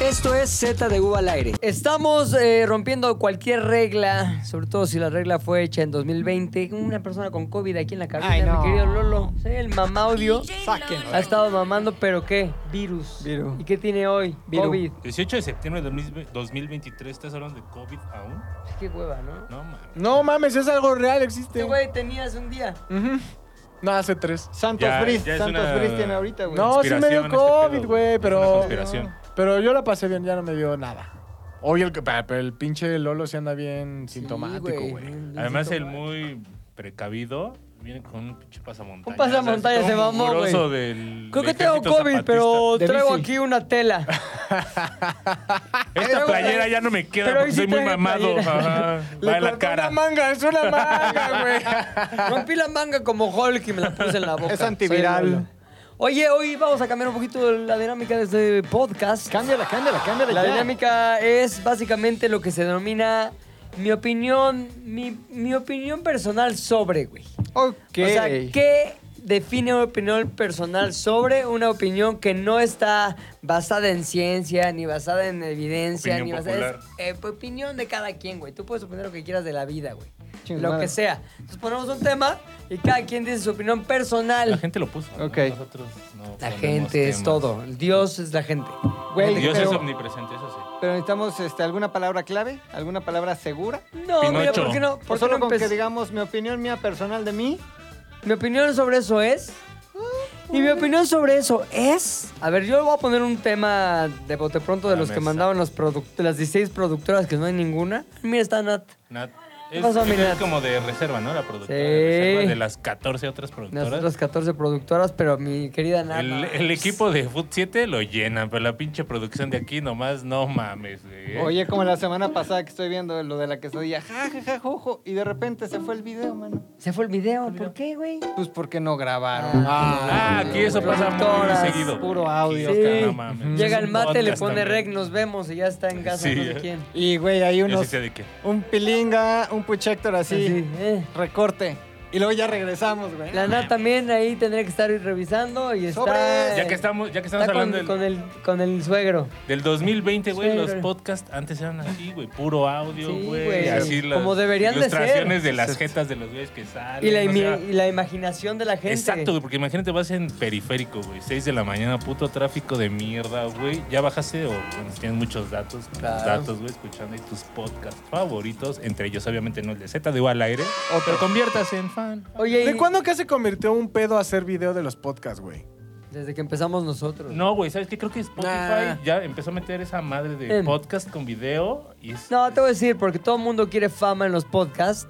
Esto es Z de U al aire. Estamos eh, rompiendo cualquier regla, sobre todo si la regla fue hecha en 2020. Una persona con COVID aquí en la cabina, Ay, no. mi querido Lolo. Sí, el mamá audio Sáquenlo. ha estado mamando, pero ¿qué? Virus. Viru. ¿Y qué tiene hoy? Viru. COVID. 18 de septiembre de 2020 2023, ¿estás hablando de COVID aún? Qué hueva, ¿no? No mames. No mames, es algo real, Este existe. güey tenías un día. Ujú. No, hace tres. Santos Ya- Brist, ya es Santos una- Brist tiene ahorita, güey. No, sí me Conspiración, dio este COVID, pedo, güey, es una pero. conspiración. Pero yo la pasé bien, ya no me dio nada. Hoy el, pero el pinche Lolo se anda bien sintomático, güey. güey. Además, el muy precavido viene con un pinche pasamontañas. Un pasamontañas O sea, se todo mamó, güey. mugroso del- Creo que del tengo ejército COVID, pero De traigo bici. aquí una tela. zapatista. Esta playera ya no me queda pero hoy porque sí soy muy traje mamado. playera. ajá. Le Va en la cortó cara. Una manga, es una manga, güey. Rompí la manga como Hulk y me la puse en la boca. Es antiviral. Soy Lolo. Oye, hoy vamos a cambiar un poquito la dinámica de este podcast. Cámbiala, cámbiala, cámbiala. La ya. dinámica es básicamente lo que se denomina mi opinión, mi, mi opinión personal sobre, güey. Ok. O sea, ¿qué define una opinión personal sobre una opinión que no está basada en ciencia, ni basada en evidencia, Opinión ni basada popular. en eh, pues, opinión de cada quien, güey? Tú puedes opinar lo que quieras de la vida, güey. Chingos Lo madre. que sea. Entonces ponemos un tema y cada quien dice su opinión La personal. gente lo puso. ¿no? Ok. Nosotros no La ponemos gente es temas. todo. El Dios es la gente. Güey, Dios pero, es omnipresente, eso sí. pero necesitamos este, alguna palabra clave, alguna palabra segura. No, mira, Pinocho. ¿por qué no? O ¿Por qué solo no con que empezamos? digamos mi opinión mía personal de mí. Mi opinión sobre eso es. Y mi opinión sobre eso es. A ver, yo voy a poner un tema de bote pronto de La los que mesa. mandaban los produc- de las 16 productoras que no hay ninguna. Mira, está Nat. Nat, ¿Qué es, pasó, mi es Nat? como de reserva, ¿no? La productora Sí. de reserva de las 14 otras Las productoras. otras 14 productoras, pero mi querida Nat. El, el equipo de Food 7 lo llenan, pero la pinche producción de aquí nomás no mames, güey. ¿eh? Oye, como la semana pasada que estoy viendo lo de la quesadilla, ja, ja, ja, jojo, y de repente se fue el video, mano. Se fue el video. ¿Por qué, güey? Pues porque no grabaron. Ah, aquí eso pasa muy Productoras, seguido. puro audio, Sí. cabrón. No mames. Llega Es el un mate, le podcast pone también. rec, nos vemos y ya está en casa. Sí. no sé quién. Y güey, hay Yo sí unos sé de qué. un pilinga, un puchector así, Así, eh. recorte. Y luego ya regresamos, güey. La Nat también ahí tendría que estar revisando y está. Sobres. Ya que estamos, ya que estamos Está con, hablando del, con el, con el suegro. del 2020, güey, Sí, los güey. podcasts antes eran así, güey, puro audio, Sí, güey. güey. así las Como deberían de ser. ilustraciones de las jetas de los güeyes que salen. Y la, o imi- sea, y la imaginación de la gente. Exacto, güey, porque imagínate, vas en periférico, güey, 6 de la mañana, puto tráfico de mierda, güey. Ya bajaste, o bueno, si tienes muchos datos, tus Claro. datos, güey, escuchando ahí tus podcasts favoritos, entre ellos, obviamente, no el de Z de U al aire, pero conviértase en fan. Oye, ¿De y- cuándo que se convirtió un pedo a hacer video de los podcasts, güey? Desde que empezamos nosotros. No, güey, ¿sabes qué? Creo que Spotify Nah. ya empezó a meter esa madre de Em. podcast con video y es- No, te voy a decir, porque todo el mundo quiere fama en los podcasts.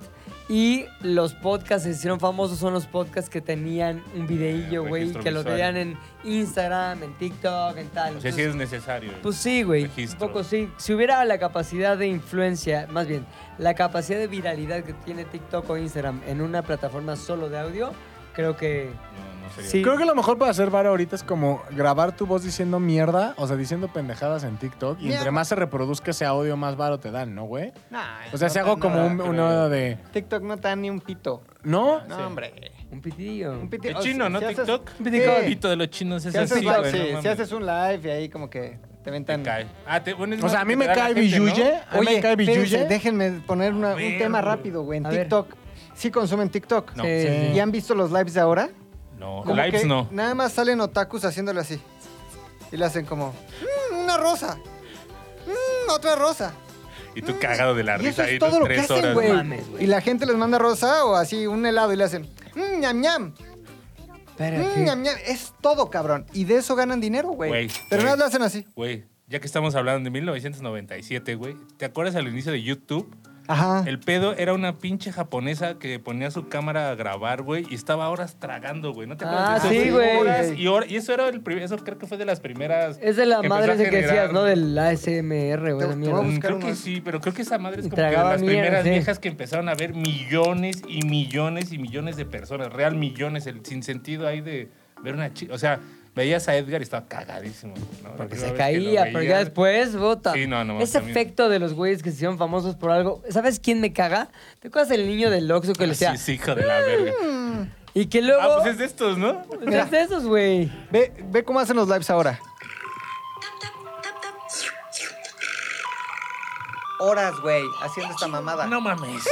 Y los podcasts que se hicieron famosos son los podcasts que tenían un videillo, Eh, güey, registro que los visual. veían en Instagram, en TikTok, en tal. O sea, sí Entonces, es necesario. Pues sí, güey. Un registro. poco sí. Si hubiera la capacidad de influencia, más bien, la capacidad de viralidad que tiene TikTok o Instagram en una plataforma solo de audio, creo que. No, no sería. Sí. Creo que lo mejor para hacer vara ahorita es como grabar tu voz diciendo mierda, o sea, diciendo pendejadas en TikTok. Y entre más se reproduzca ese audio, más varo te dan, ¿no, güey? Nah, O sea, no si hago tan como nada. un, uno de... TikTok no te da ni un pito. ¿No? No, Sí. hombre. Un pitidillo. Un piti- De o chino, sea, ¿no? si haces- TikTok. Sí. El pito de los chinos es Si haces así, live, güey, sí, no si mames. haces un live y ahí como que te Te ventan. cae. Ah, te- bueno, es O sea, más a mí que me te da la cae gente, ¿no? Villuye. A mí Oye, me cae espérense, Villuye. déjenme poner una- un Ver, tema güey. rápido, güey. En A ver. TikTok, ¿sí consumen TikTok? No. Sí, Sí. sí. ¿Y han visto los lives de ahora? No, Como lives que no. Nada más salen otakus haciéndolo así. Y le hacen como, "Mm, una rosa. Mm, otra rosa. Y tú cagado de la Y eso risa ahí es tus todo lo que tres hacen, horas. güey. ¿no? mames, güey. Y la gente les manda rosa o así un helado y le hacen, "Mm, ñam ñam. Espérate. Mm, ñam, ñam". Es todo, cabrón. Y de eso ganan dinero, güey. Güey, Pero güey. nada más lo hacen así. Güey, ya que estamos hablando de 1997, güey. ¿Te acuerdas al inicio de YouTube? Ajá. El pedo era una pinche japonesa que ponía su cámara a grabar, güey, y estaba horas tragando, güey. ¿No te acuerdas? Ah, de eso? sí, güey. Horas Y, hor- y eso era el primer, eso creo que fue de las primeras. Es de la que madre empezó esa a que decías, generar- ¿no? Del ASMR, güey. Te- la te mierda. voy a Mm, buscar Creo que unas. sí, pero creo que esa madre es Y como que de tragaba las mierda, primeras sí. viejas que empezaron a ver millones y millones y millones de personas, real millones, el sinsentido ahí de ver una chica. O sea, veías a Edgar y estaba cagadísimo. ¿no? La Porque se primera vez que lo caía, pero ya veías. después, bota. Sí, no, no, Ese también. efecto de los güeyes que se hicieron famosos por algo. ¿Sabes quién me caga? ¿Te acuerdas del niño del Oxxo que le Ah, decía? Sí, sí, hijo de la verga. Y que luego. Ah, pues es de estos, ¿no? pues es de esos, güey. Ve, ve cómo hacen los lives ahora. horas, güey, haciendo esta mamada. No mames.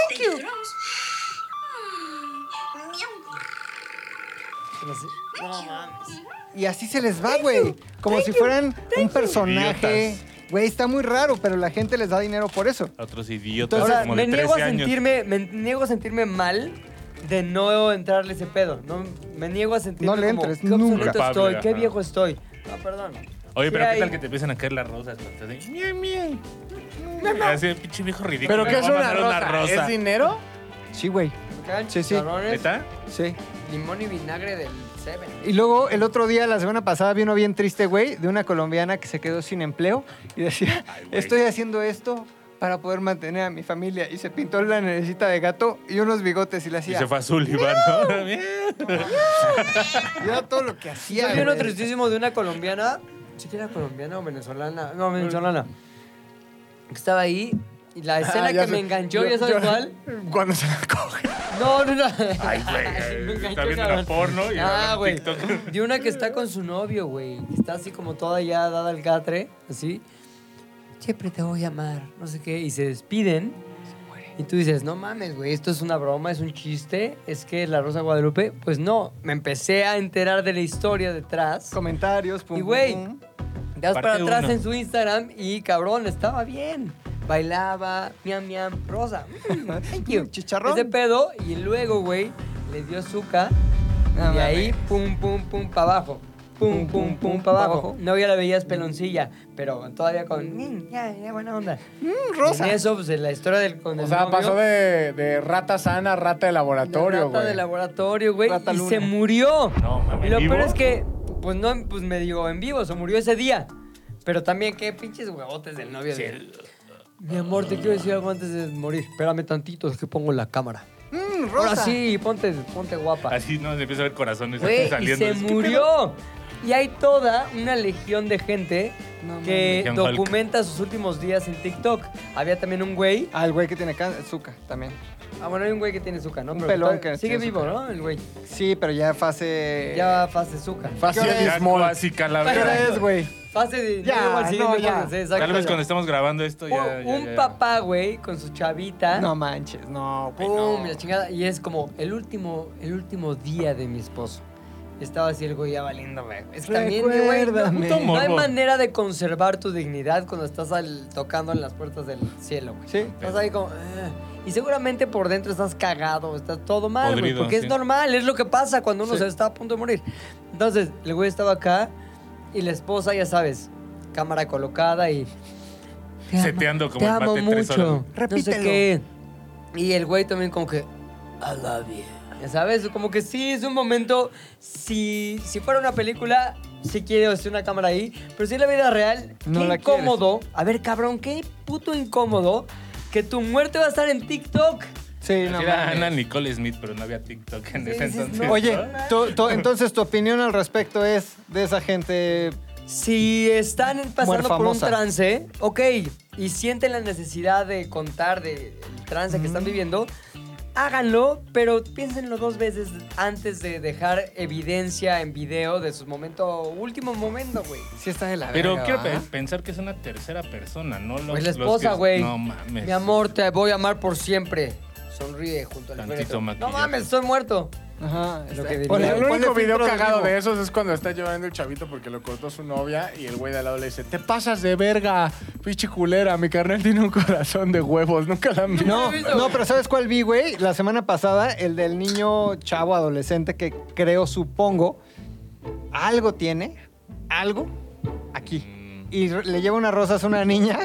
No mames. Y así se les va, güey. Como si fueran un personaje. Güey, está muy raro, pero la gente les da dinero por eso. A Otros idiotas Ahora, como me de niego, a 13 años. sentirme, me niego a sentirme mal de no entrarle ese pedo. No, me niego a sentirme No le como, entres, qué nunca. obsoleto Culpable, estoy, qué ajá. viejo estoy. No, perdón. Oye, Sí pero ¿qué hay- tal que te empiezan a caer las rosas? Estás ahí, Mie, mie. Y Así, pinche viejo ridículo. ¿Pero me qué voy es a una mandar rosa? ¿Es dinero? Sí, güey. Me cagan Sí, sí. chicharrones, ¿Neta? Sí. Limón y vinagre del Seven. Y luego, el otro día, la semana pasada, vi uno bien triste, güey, de una colombiana que se quedó sin empleo y decía, Ay, güey. estoy haciendo esto para poder mantener a mi familia. Y se pintó la naricita de gato y unos bigotes y le Y hacía. se fue azul, Iván. ¿no? Y era todo lo que hacía, Yo vi uno güey. tristísimo de una colombiana, siquiera colombiana o venezolana, no, venezolana, que estaba ahí y la escena Ah, que ya sé. me enganchó, Yo- ¿ya sabes yo- cuál? Cuando se la coge. No, no, no. Ay, güey, eh, Me enganchó, está viendo cabrón. una porno y Ah, ahora güey. TikTok. De una que está con su novio, güey. que Está así como toda ya dada al catre, así. Siempre te voy a amar, no sé qué. Y se despiden. Y tú dices, no mames, güey, esto es una broma, es un chiste, es que es la Rosa Guadalupe. Pues no, me empecé a enterar de la historia detrás. Comentarios, pum, Y, pum, güey, pum. Te vas Parte para atrás uno. en su Instagram y cabrón, estaba bien. Bailaba, miam, miam, rosa. Mm, thank you. Chicharrón. Ese pedo y luego, güey, le dio azúcar Ah, y de ahí, pum, pum, pum, para abajo. Pum, pum, pum, para abajo. No, ya la veías peloncilla, pero todavía con. mm, Ya, ya, buena onda. Mm, rosa. Y en eso, pues, en la historia del. Con O el sea, novio, pasó de, de rata sana a rata de de laboratorio, rata güey. de laboratorio, güey. Rata Y luna. se murió. No, mames, Y lo ¿en peor vivo? es que, pues no, pues me digo en vivo, se murió ese día. Pero también, qué pinches huevotes del novio. Sí. de- Mi amor, te quiero decir algo antes de morir. Espérame tantito, es que pongo la cámara. Mm, Ahora rosa. sí, ponte, ponte guapa. Así no, se empieza a ver corazones Güey, y saliendo. este se Es que murió. Y hay toda una legión de gente que No mames. Legión Hulk. documenta sus últimos días en TikTok. Había también un güey. Ah, el güey que tiene can- azúcar también. Ah, bueno, hay un güey que tiene azúcar, ¿no? Un Pero pelón todavía- que sigue tiene Eh. vivo, azúcar. ¿no? El güey. Sí, pero ya fase. Ya fase azúcar. Fácil ¿Qué hora es? Ya Bismol. casi ¿Qué hora calavera. es, güey? Fase de Ya, nuevo al siguiente no, ya. fase, exacto. Tal vez cuando estamos grabando esto ya. un, ya, un ya. papá, güey, con su chavita. No manches, no. güey. ¿Ah? pum, y la Oh, chingada. Y es como el último, el último día de mi esposo. Estaba así el güey ya valiendo, güey. Es que también, güey, no, Recuérdame. no hay Morbo. manera de conservar tu dignidad cuando estás al- tocando en las puertas del cielo, güey. Sí. Estás ahí como... "Ah". Y seguramente por dentro estás cagado, está todo mal, güey. Podrido, Porque sí. es normal, es lo que pasa cuando uno Sí. se está a punto de morir. Entonces, el güey estaba acá y la esposa, ya sabes, cámara colocada y... "Te amo, Seteando como te el amo mate tres horas. mucho. No sé Repítelo. qué. Y el güey también como que... I love you. Ya sabes, como que sí, es un momento... Si, si fuera una película, sí quiero hacer una cámara ahí. Pero si es la vida real, No qué la quieres. incómodo. A ver, cabrón, qué puto incómodo que tu muerte va a estar en TikTok. Sí, no. Así era mames. Ana Nicole Smith, pero no había TikTok en Sí, ese dices, entonces. no. Oye, ¿no? tu- tu- entonces tu opinión al respecto es de esa gente. Si están pasando por un famosa. trance, ok, y sienten la necesidad de contar del trance que Mm. están viviendo, háganlo, pero piénsenlo dos veces antes de dejar evidencia en video de su momento, último momento, güey. Sí, está de la Pero verga, quiero ¿va? pe- pensar que es una tercera persona, ¿no? Los, Pues la los que- esposa, güey. No mames. Mi amor, te voy a amar por siempre. Sonríe junto al Tantito féretro. No maquillaje. mames, estoy muerto. Ajá. Lo que Bueno, Ponle- el único video filtro de cagado vivo. de esos es cuando está llorando el chavito porque lo cortó su novia y el güey de al lado le dice, te pasas de verga, pinche culera, mi carnal tiene un corazón de huevos, nunca la han visto. No, no, pero ¿sabes cuál vi, güey? La semana pasada, el del niño chavo adolescente que creo, supongo, algo tiene, algo, aquí. Mm, Y r- le lleva unas rosas a una niña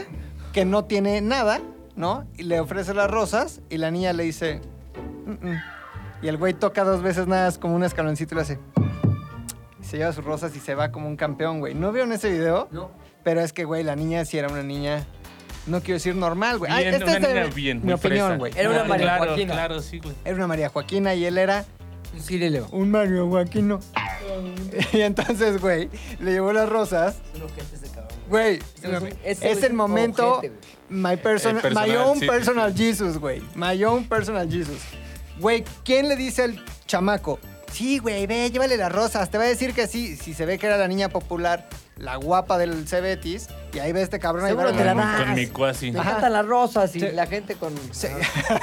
que no tiene nada, ¿no? Y le ofrece las rosas y la niña le dice, "Mm, mm". y el güey toca dos veces nada, es como un escaloncito y le hace, y se lleva sus rosas y se va como un campeón, güey. ¿No vieron ese video? No. Pero es que, güey, la niña sí era una niña. No quiero decir normal, Ah, güey. Ay, Bien, esta una es de- niña bien, mi muy opinión, fresa. güey. Era una No, María claro, Joaquina. Claro, sí, güey. Era una María Joaquina y él era Un cirileo. un Mario Joaquino. Y entonces, güey, le llevó las rosas. Son ojetes de cabrón. Güey, Ese güey es un- es, ese güey es el un momento. ojete, güey. my, person- Eh, personal, my own sí, personal Jesus, güey. My own personal Jesus. Güey, ¿quién le dice al chamaco? sí, güey, ve, llévale las rosas. Te va a decir que sí, si se ve que era la niña popular, la guapa del Cebetis, y ahí ve este cabrón ahí va Seguro la te la niña. das. Con mi cuasi. Me Le encantan las rosas y la gente con...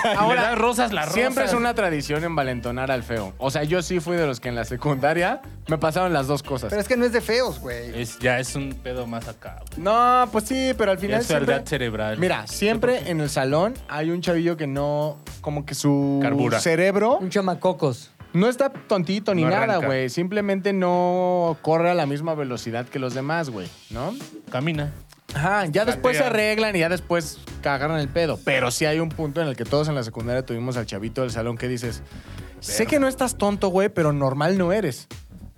da rosas, las rosas. Siempre es una tradición envalentonar al feo. O sea, yo sí fui de los que en la secundaria me pasaron las dos cosas. Pero es que no es de feos, güey. Es- ya es un pedo más acá. güey. No, pues sí, pero al final. Ya es siempre- verdad cerebral. Mira, siempre en el salón hay un chavillo que no. Como que su Carbura. cerebro Un chamacocos. no está tontito ni No nada, arranca. güey. Simplemente no corre a la misma velocidad que los demás, güey, ¿no? Camina. Ajá, ya después se Gatea. arreglan y ya después cagaron el pedo. Pero sí hay un punto en el que todos en la secundaria tuvimos al chavito del salón que dices, sé que no estás tonto, güey, pero normal no eres,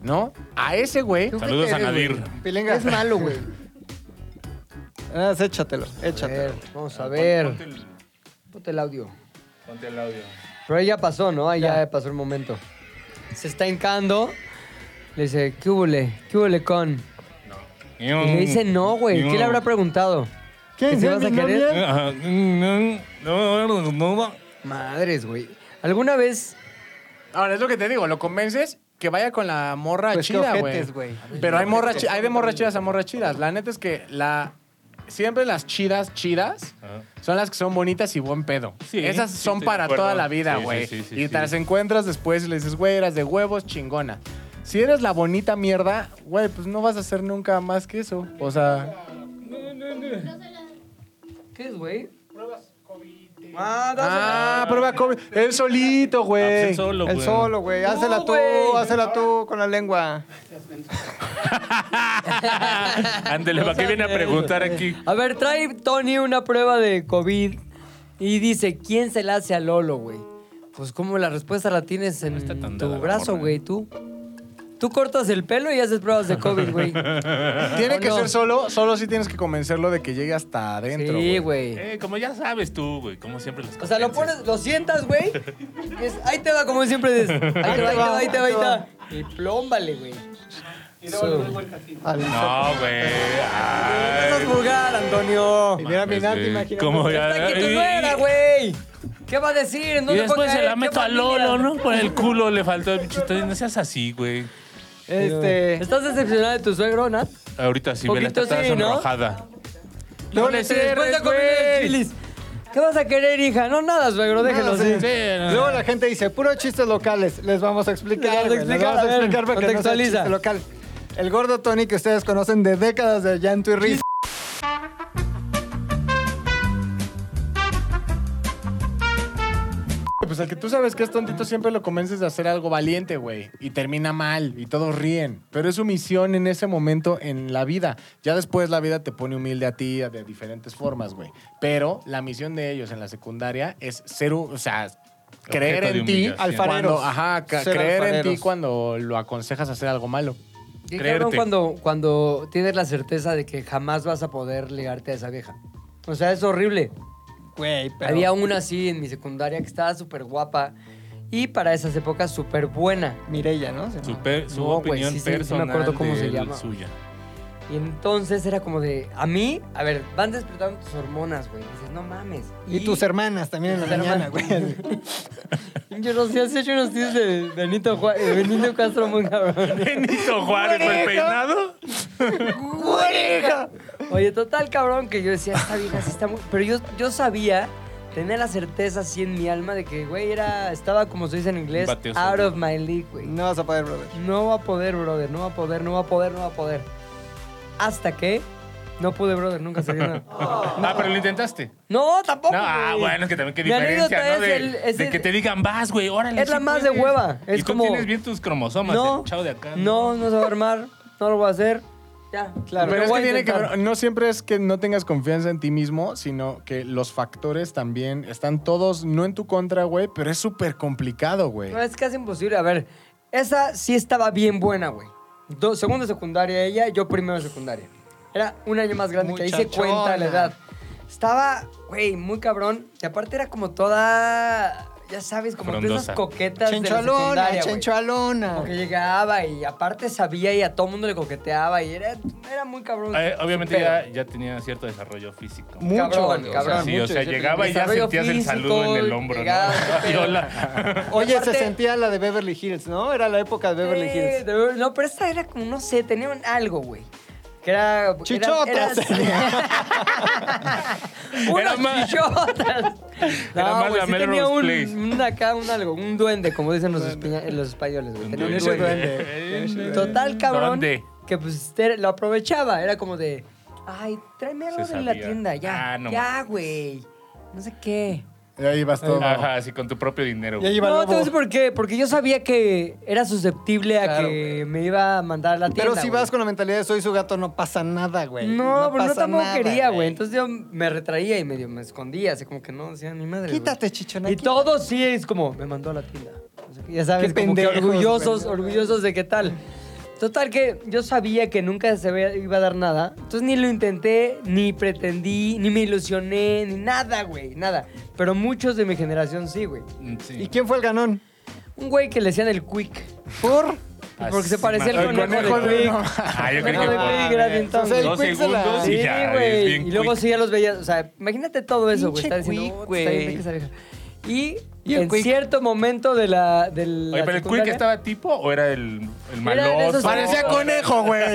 ¿no? A ese güey, ¿Tú qué Saludos a eres, güey? Nadir. Pilinga. Es malo, güey. Nada más Ah, échatelo, A ver, échatelo. vamos a ver. Ponte el, Ponte Ah, el audio. ponte el audio. Pero ahí ya pasó, ¿no? Ahí ya, pasó el momento. Se está hincando. Le dice, ¿qué hubole? ¿Qué hubole con? Y Y le dice, no, güey. ¿Qué le habrá preguntado? ¿Que si ¿Es vas a mi querer? novia? Ajá. Mm, No, no, no. Madres, güey. ¿Alguna vez ahora es lo que te digo, lo convences que vaya con la morra Pues qué chida, ojetes, güey. güey. Pero hay, morra chi- hay de morras chidas a morras chidas. La neta es que la... Siempre las chidas, chidas, Ah, Ajá. son las que son bonitas y buen pedo. Sí, Esas sí, son estoy de para acuerdo. toda la vida, Sí, sí, güey. sí, sí, y sí. te las encuentras después y le dices, güey, eras de huevos, chingona. Si eres la bonita mierda, güey, pues no vas a hacer nunca más que eso. O sea, ¿Qué es, güey? Pruebas COVID. Ah, dásela. ah, prueba COVID. Él solito, Ah, pues güey. él solo, El güey. solo, güey. Hácela tú, güey. hácela tú con la lengua. Ándele, ¿para qué viene a preguntar aquí? A ver, trae Tony una prueba de COVID y dice, ¿quién se la hace a Lolo, güey? Pues como la respuesta la tienes en está tan dada tu la brazo, morra. güey, tú. Tú cortas el pelo y haces pruebas de COVID, güey. Tiene ¿O Ah, que no? ser solo, solo si tienes que convencerlo de que llegue hasta adentro. Sí, güey. güey. Eh, como ya sabes tú, güey, como siempre los O sea, lo convences. pones, lo sientas, güey. y es, Ahí te va, como siempre dices. Ahí te va, ahí te va, ahí te va, ahí te va. Y plómbale, güey. Eso. Al- No, güey. Ay, Estás vulgar, Antonio. Y mira mi mames, Nati, güey. imagínate. Como ya. Está aquí tu Y- nuera, güey. ¿Qué va a decir? ¿En Y dónde fue después a se caer? la ¿Qué meto a familia? Lolo, ¿no? Por el culo le faltó el bichito. No seas así, güey. Este. ¿Estás decepcionada de tu suegro, Nat? Ahorita sí, ve la Poquito está sí, ¿no? sonrojada. No le Después de cierres, comer el güey. chilis. ¿Qué vas a querer, hija? No, nada, suegro, déjalo Nada, así. sí. Luego la gente dice, puros chistes locales. Les vamos a Les explicar. vamos a güey, Les explicar, vamos a a ver, explicar porque no es el contextualiza. chiste local. El gordo Tony que ustedes conocen de décadas de llanto y risa. Pues al que tú sabes que es tontito siempre lo convences de hacer algo valiente, güey. Y termina mal y todos ríen. Pero es su misión en ese momento en la vida. Ya después la vida te pone humilde a ti de diferentes formas, güey. Pero la misión de ellos en la secundaria es ser, u- o sea, creer de en ti humillación. alfarero. Alfareros. Ajá, ca- Ser creer en ti alfareros. cuando lo aconsejas hacer algo malo. Qué Creerte. cabrón cuando, cuando tienes la certeza de que jamás vas a poder ligarte a esa vieja. O sea, es horrible. Güey, pero... Había una así en mi secundaria que estaba súper guapa y para esas épocas súper buena. Mireya, ¿no? Se llama. Su, per- su No, güey, opinión sí, sí, sí me personal. acuerdo cómo se de él llama. Suya. Y entonces era como de, a mí, a ver, van despertando tus hormonas, güey. Dices, no mames. Y tus hermanas también en la Tus mañana, güey. hermanas. Yo no sé, has hecho unos tíos de Benito, Juárez, de Benito Castro muy cabrón. Benito Juárez, fue el peinado. Oye, total cabrón que yo decía, esta vieja sí está muy... Pero yo, yo sabía, tenía la certeza así en mi alma de que, güey, era, estaba como se dice en inglés, Bateo out seguro. of my league, güey. No vas a poder, brother. No va a poder, brother, no va a poder, no va a poder, no va a poder. Hasta que no pude, brother, nunca se dio nada. Ah, pero lo intentaste. No, tampoco. No, Oh, ah, güey. bueno, es que también qué Mi diferencia, anécdota ¿no? es De, el- es de el- que te digan, vas, güey, órale. Es la sí más de puedes". hueva, es y tú como- tienes bien tus cromosomas. No, el chavo de acá. no, no se va a armar, no lo voy a hacer. Ya, claro. Pero lo es voy que a tiene que intentar. ver- no siempre es que no tengas confianza en ti mismo, sino que los factores también están todos, no en tu contra, güey, pero es súper complicado, güey. No, es casi imposible. A ver, esa sí estaba bien buena, güey. Do- segundo de secundaria ella, yo primero de secundaria. Era un año más grande que ahí se Muchachona. cuenta la edad. Estaba, güey, muy cabrón. Y aparte era como toda... ya sabes, como que Frondosa. esas coquetas de la Chenchualona, secundaria, güey. chenchualona. Como que llegaba y aparte sabía y a todo mundo le coqueteaba y era, era muy cabrón. Eh, obviamente Pero- ya, ya tenía cierto desarrollo físico. Mucho, Cabrón, güey, o sea, cabrón, sí, mucho. o sea, Yo te- llegaba y ya desarrollo sentías el saludo en el hombro, llegaba, ¿no? Y pero- hola. Oye, Aparte- se sentía la de Beverly Hills, ¿no? Era la época de Beverly Sí, Hills. Eh, de Beverly- No, pero esta era como, no sé, tenían algo, güey. Que era... era- Chichotas. era- Unas Era más- chichotas. era No, más güey, la sí tenía Melrose un, Place. un acá, un algo, un duende, como dicen los, espi- los españoles, güey. Tenía un Ese duende. duende. Total, cabrón. ¿Dónde? Que pues te- lo aprovechaba. Era como de, ay, tráeme algo de Se la sabía. tienda, ya. Ah, no ya, güey. No sé qué. Y ahí vas todo. Ajá, así con tu propio dinero. Y ahí iba No, Lobo. te voy a decir por qué. Porque yo sabía que era susceptible a Claro, que me iba a mandar a la tienda. Pero si güey. vas con la mentalidad de soy su gato, no pasa nada, güey. No, pero no pasa tampoco nada, quería, güey. Entonces yo me retraía y medio me escondía, así como que no decía ni madre. güey". Quítate, chichona. Y quítate. todo sí es como, me mandó a la tienda. O sea, que Ya sabes, Qué como que pendejos, orgullosos, güey. orgullosos de qué tal. Total que yo sabía que nunca se ve- iba a dar nada. Entonces ni lo intenté, ni pretendí, ni me ilusioné, ni nada, güey, nada. Pero muchos de mi generación sí, güey. Mm, sí. ¿Y quién fue el ganón? Un güey que le decían el quick. ¿Por? Porque se Así, parecía ma- al el conejo, conejo de de- Quick. Ah, yo creo Conejo que de fue. Quick era bien entonces tonto. el Dos Quick se la- ¿eh? segundos Sí, y ya. es güey. bien Y luego quick. sí ya los veías. O sea, imagínate todo eso, güey. Pinche Estás diciendo, quick, "Oh, está bien güey". rica esa vieja". Y, Y el en quick. cierto momento de la. De la Oye, pero el quick secundaria- estaba tipo o era el, el Era de maloso. esos- Parecía No. conejo, güey.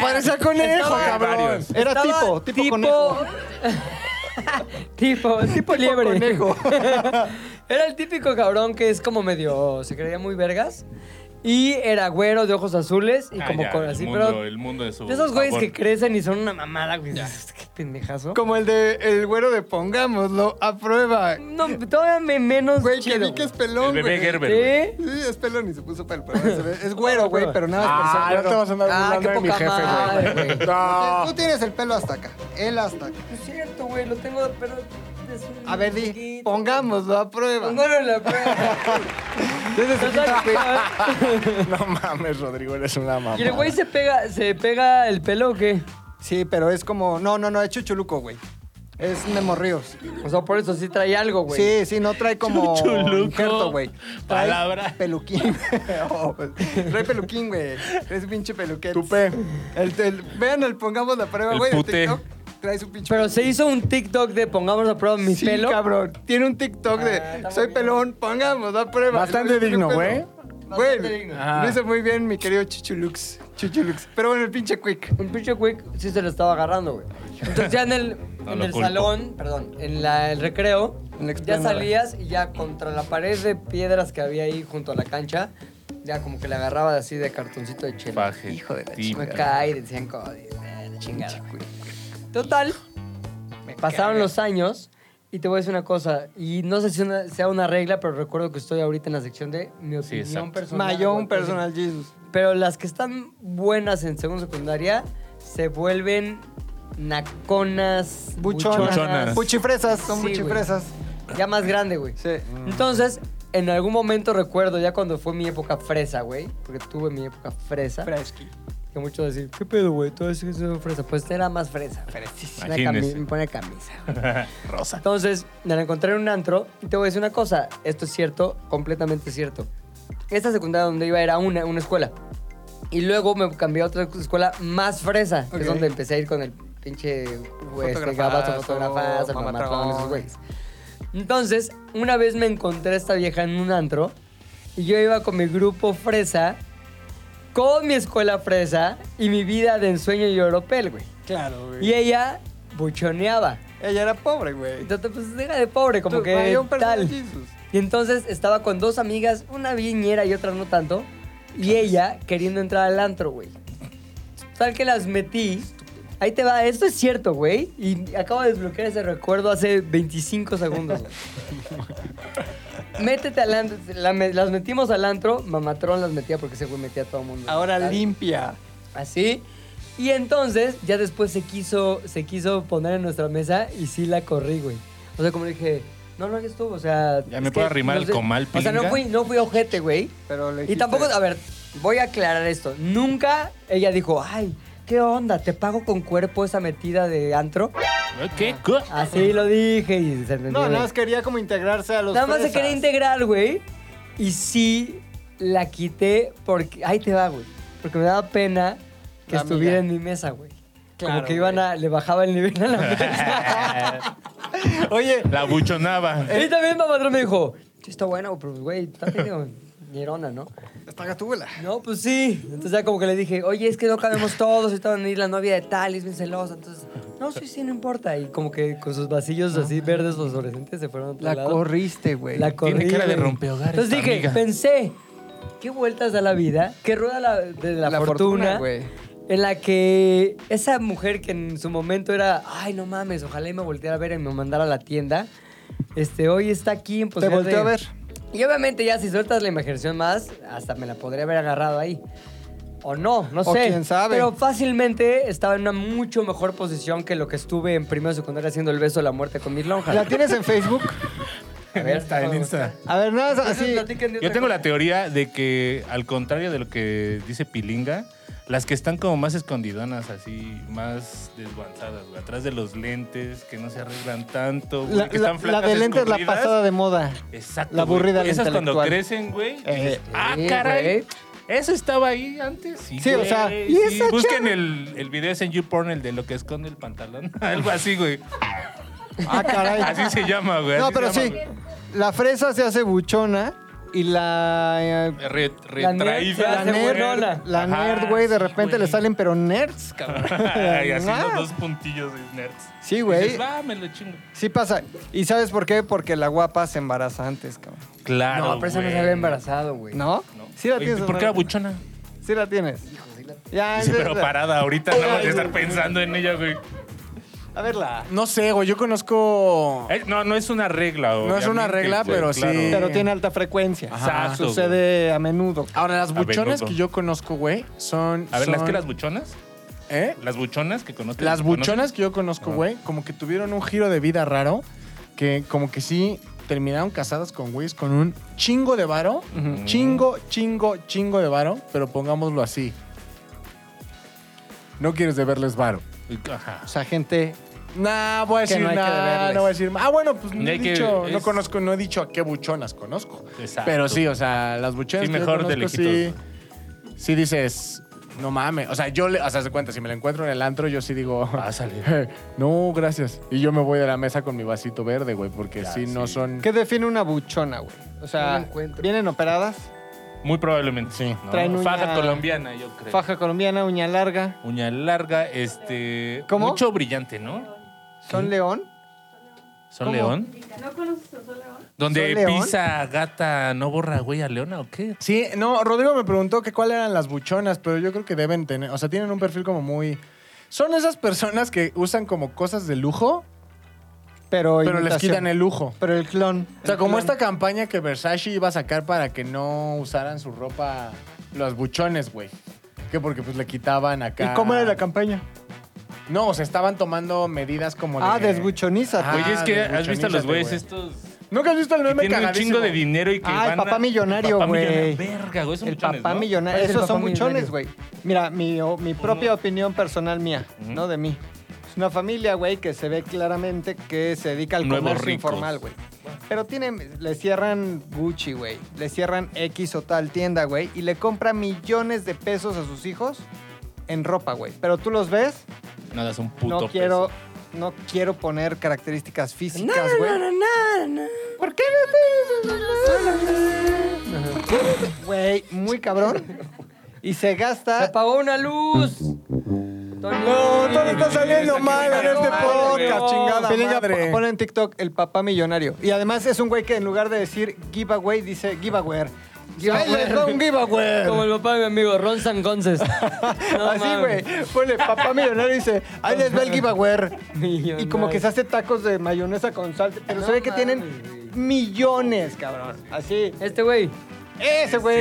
Parecía conejo, Estaba- cabrón. Era Estaba tipo, tipo, conejo. tipo, tipo liebre. conejo. era el típico cabrón que es como medio. Se creía muy vergas. Y era güero de ojos azules y Ah, como ya, con el así, mundo- pero. el mundo de su De esos güeyes favor. que crecen y son una mamada, güey. dices, Qué pendejazo. Como el de el güero de Pongámoslo, a prueba. No, todavía me menos. Güey, que chido, vi que es pelón, güey. El bebé Gerber. ¿Sí? Sí, es pelón y se puso para el programa. Es güero, güey, pero nada más por Ah, ser no te güero. vas a andar Ah, burlando qué de mi poca jefe, madre, güey. güey. No. Tú tienes el pelo hasta acá, él hasta acá. Es cierto, güey, lo tengo, pero es un pues. A ver, di, poquito. pongámoslo a prueba. Pongámoslo en la prueba. Total, No mames, Rodrigo, eres una mamá. ¿Y el güey se pega, se pega el pelo o qué? Sí, pero es como. No, no, no, es Chuchuluco, güey. Es Memo Ríos. O sea, por eso sí trae algo, güey. Sí, sí, no trae como. Chuchuluco. injerto, güey. Trae Palabra. Peluquín. Oh, pues, trae peluquín, güey. Es pinche peluquete. Tupé. El, el- vean, el pongamos la prueba, El güey. de puté. TikTok. Trae su pinche Pero se hizo un TikTok de pongamos a prueba mi sí, pelo. cabrón. Tiene un TikTok Ah, de está soy bonito. pelón, pongamos, da prueba. Bastante El güey tiene digno, pelo. güey. Bastante Güey, digno. Ajá. Ah. lo hizo muy bien mi querido Chuchulux. Chuchulux. Pero bueno, el pinche quick. Un pinche quick sí se lo estaba agarrando, güey. Entonces ya en el, No en lo el culpo. salón, perdón, en la- el recreo, En la ya explanada. salías y ya contra la pared de piedras que había ahí junto a la cancha, ya como que le agarraba así de cartoncito de chela. Faje. Hijo de la Tipo. Me cae de 100 chingada. güey. Total, pasaron los años y te voy a decir una cosa. Y no sé si una- sea una regla, pero recuerdo que estoy ahorita en la sección de mi Sí, opinión exacto. personal. Mayón güey, pues, personal Jesus. Pero las que están buenas en segundo secundaria se vuelven naconas, Buchonas. Buchonas. Buchifresas, son Sí, güey. buchifresas. Ya más grande, güey. Sí. Entonces, en algún momento recuerdo, ya cuando fue mi época fresa, güey, porque tuve mi época fresa, Fresqui. que muchos decían, ¿qué pedo, güey? Todo eso es fresa. Pues era más fresa. güey. Una cami- Imagínese. Me pone camisa. Rosa. Entonces, me la encontré en un antro y te voy a decir una cosa. Esto es cierto, completamente cierto. Esta secundaria donde iba era una, una escuela. Y luego me cambié a otra escuela más fresa, que es Ok. donde empecé a ir con el pinche güey, este, Fotografazo, gabazo, fotógrafas, mamatrón. esos güeyes. Entonces, una vez me encontré a esta vieja en un antro y yo iba con mi grupo fresa, con mi escuela fresa y mi vida de ensueño y oropel, güey. Claro, güey. Y ella buchoneaba. Ella era pobre, güey. Entonces, pues deja de pobre, como Tú, que Mayón personal tal. Jesus. Y entonces estaba con dos amigas, una viñera y otra no tanto, y ella queriendo entrar al antro, güey. Tal que las metí. Ahí te va, esto es cierto, güey. Y acabo de desbloquear ese recuerdo hace 25 segundos. güey. Métete al antro. la me- las metimos al antro. Mamatrón las metía porque ese güey metía a todo el mundo. Ahora Tal. limpia. Así. Y entonces, ya después se quiso, se quiso poner en nuestra mesa y sí la corrí, güey. O sea, como le dije, no lo hagas tú, o sea... Ya es me que puedo arrimar no el sé- comal, O sea, no pilinga. fui, no fui ojete, güey. Pero le Y dijiste- tampoco, a ver, voy a aclarar esto. Nunca ella dijo, ay, ¿Qué onda? ¿Te pago con cuerpo esa metida de antro? ¿Qué? ¿Qué? Así lo dije y se entendió. No, nada más quería como integrarse a los Nada más se fresas. quería integrar, güey. Y sí la quité porque. Ahí te va, güey. Porque me daba pena que La estuviera amiga. en mi mesa, güey. Claro, Como que iban a. Le bajaba el nivel a la mesa. Oye, La buchonaba. y también Mamatrón me dijo: "Sí, Está bueno, pero, güey, está medio ñerona, ¿no? está gatúbela. No, pues sí. Entonces ya como que le dije, oye, es que no cabemos todos, ahorita van a venir la novia de tal, y es bien celosa. Entonces, no, sí, sí, no importa. Y como que con sus vasillos así verdes fluorescentes se fueron a otro La lado. corriste, güey. La corrí, cara de güey. rompehogares, Entonces dije, amiga. pensé, ¿qué vueltas da la vida? ¿Qué rueda la, de la, La fortuna, fortuna? güey. en la que esa mujer que en su momento era, ay, no mames, ojalá y me volteara a ver y me mandara a la tienda, este, hoy está aquí en Te posibilidad volteó a de- ver. y obviamente ya si sueltas la imaginación más, hasta me la podría haber agarrado ahí. O no, no O sé. quién sabe. Pero fácilmente estaba en una mucho mejor posición que lo que estuve en primero de secundaria haciendo el beso de la muerte con mis lonjas. ¿La tienes en Facebook? A ver, Está en Insta. A ver, nada, más así. Entonces, platiquen de Yo otra tengo cosa. la teoría de que, al contrario de lo que dice Pilinga, las que están como más escondidonas, así, más desguanzadas, güey, atrás de los lentes, que no se arreglan tanto, güey, La, que la- están flacas, la de lentes la escurridas. pasada de moda. Exacto. la güey. aburrida, la Esas cuando intelectual. crecen, güey. Eh, dices, ah, sí, caray. güey. Eso estaba ahí antes. Sí, Sí, o güey, sea, ¿y sí. esa Busquen chava? el, el video ese en YouPorn, el de lo que esconde el pantalón. Algo así, güey. Ah, caray. Así se llama, güey. No, así pero se sí. llama, La fresa se hace buchona y la. eh, güey. Re- La nerd se retraída. la hace nerd, buenona. la Ajá, nerd, güey, de sí, repente güey. le salen, pero nerds, cabrón. Ay, así Ah, los dos puntillos de nerds. Sí, güey. Dices, va, me lo chingo. Sí pasa. ¿Y sabes por qué? Porque la guapa se embaraza antes, cabrón. Claro. No, pero esa no se había embarazado, güey. ¿No? No. Sí la Oye, tienes. ¿Por qué la Omar. buchona? Sí la tienes. Ya, Dice, es- pero parada, ahorita no vas a estar pensando en ella, güey. A verla. No sé, güey. Yo conozco. Eh, No, no es una regla, No es una obviamente, regla, güey, pero claro. sí. Pero tiene alta frecuencia. Ajá. Exacto, Sucede a menudo. Ahora, las A ver, buchonas loco. que yo conozco, güey, son. A ver, ¿las son- que las buchonas? ¿Eh? Las buchonas que conozco. Las buchonas que yo Ah. conozco, güey, como que tuvieron un giro de vida raro, que como que sí terminaron casadas con güeyes con un chingo de varo, chingo, chingo, chingo de varo, pero pongámoslo así. No quieres deberles varo. Ajá. O sea, gente. Nah, voy a Que decir no hay que nada, deberles. no voy a decir Ah, bueno, pues no No he hay que- dicho, no es- conozco, no he dicho a qué buchonas conozco. Exacto. Pero sí, o sea, las buchonas Sí, que yo mejor de conozco, sí, lejitos. sí dices, no mames. O sea, yo, le, o sea, se cuenta, si me la encuentro en el antro, yo sí digo, Pásale. Eh, No, gracias. Y yo me voy de la mesa con mi vasito verde, güey, porque Ya, si no sí. son. ¿Qué define una buchona, güey? O No sea, la encuentro. vienen operadas, Muy probablemente. Sí. ¿no? Traen uña- Faja colombiana, yo creo. faja colombiana, uña larga, Uña larga, este. ¿Cómo? Mucho brillante, ¿no? son león. ¿Son ¿Cómo? león? ¿No conoces a Sol León? ¿Donde ¿Son león? pisa gata no borra güey a leona o qué? Sí, no, Rodrigo me preguntó que cuáles eran las buchonas, pero yo creo que deben tener. O sea, tienen un perfil como muy. Son esas personas que usan como cosas de lujo, Pero, pero les imitación. quitan el lujo. Pero el clon. O sea, el como clon. esta campaña que Versace iba a sacar para que no usaran su ropa los buchones, güey. Que porque pues le quitaban acá. ¿Y cómo era la campaña? No, o sea, estaban tomando medidas como Ah, de. desbuchonízate. Ah, Güey, es que de has visto a buchonízate, los güeyes güey. estos. ¿Nunca has visto el Que meme tienen un cagadísimo? chingo de dinero y que Ah, el van a- papá millonario, papá güey. millonario. Verga, güey, son El buchones, papá ¿no? millonario. Parece el Esos papá son buchones, millonario. güey. Mira, mi, o- mi propia opinión personal mía, Ujú. no de mí. Es una familia, güey, que se ve claramente que se dedica al Nuevos comercio ricos. informal, güey. Pero tienen, le cierran Gucci, güey. Le cierran X o tal tienda, güey. Y le compra millones de pesos a sus hijos en ropa, güey. Pero tú los ves, Nada, es un puto. no quiero... No quiero poner características físicas, No, güey. no, no, no, no. ¿Por qué no te- Güey, muy cabrón. Y se Se gasta. apagó una luz. Tony. No, todo está saliendo mal en este Madre, podcast, güey. chingada Pilinga, madre. po- Pon en TikTok el papá millonario. Y además es un güey que en lugar de decir giveaway, dice giveaway. ¡Ay, les da un giveaway! Como el papá de mi amigo Ron Sangonces. Así, güey. Ponle papá millonario y dice, ahí les va el giveaway. Millonario. Y como que se hace tacos de mayonesa con sal. Pero No se ve que tienen mames, güey. millones, cabrón. Así. Este güey. Ese verlo, güey.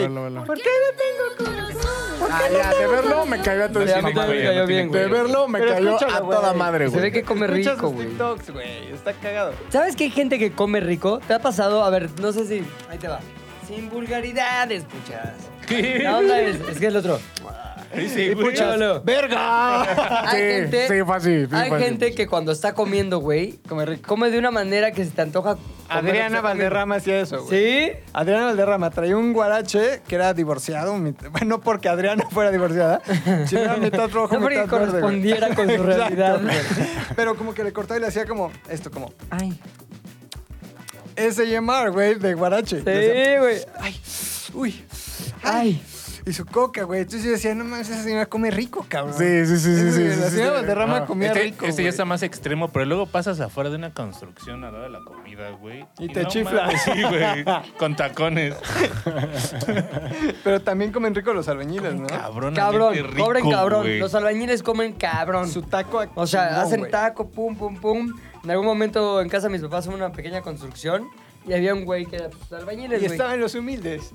verlo, verlo. ¿Por qué no tengo corazón? Ah, ya, de verlo me cayó a todo Ya, ese a mí madre. también me cayó bien, De güey. verlo me Pero cayó a escúchalo, güey. toda madre, Se ve güey. que come Escucha rico, sus güey. TikToks, güey. Está cagado. ¿Sabes que hay gente que come rico? ¿Te ha pasado? A ver, no sé si. Ahí te va. Sin vulgaridades, puchas. ¿Qué? La onda es. Es que es el otro. Sí, güey. Cholo. ¡Verga! Hay gente, Ah, sí, fácil. sí, hay fácil. gente que cuando está comiendo, güey, Come rico. come de una manera que se te antoja. comer Adriana lo que está Valderrama hacía eso, comiendo. güey. ¿Sí? Adriana Valderrama traía un guarache que era divorciado. mi- Bueno, no porque Adriana fuera divorciada, sino era mitad rojo, No porque mitad verde, güey. correspondiera con su realidad, güey. güey. Pero como que le cortaba y le hacía como esto, como Ay. SMR, güey, de guarache. Le hacía, Sí, güey. Ay, uy, Ay. y su coca, güey. Entonces yo decía, no mames, esa señora come rico, cabrón. Sí, sí, sí, sí, Esa- sí, sí, La sí, señora sí. Valderrama Ah. comía Este, rico. este güey. ya está más extremo, pero luego pasas afuera de una construcción a la hora de la comida, güey. Y te chifla. mames, Sí, güey. Con tacones. Pero también comen rico los albañiles, ¿no? Cabrón. Cabrón, rico, cobren cabrón. güey. Los albañiles comen cabrón. Su taco O sea, chingón, hacen güey. taco, pum, pum, pum. En algún momento en casa de mis papás hubo una pequeña construcción y había un güey que era pues, albañiles, Y güey. estaban los humildes.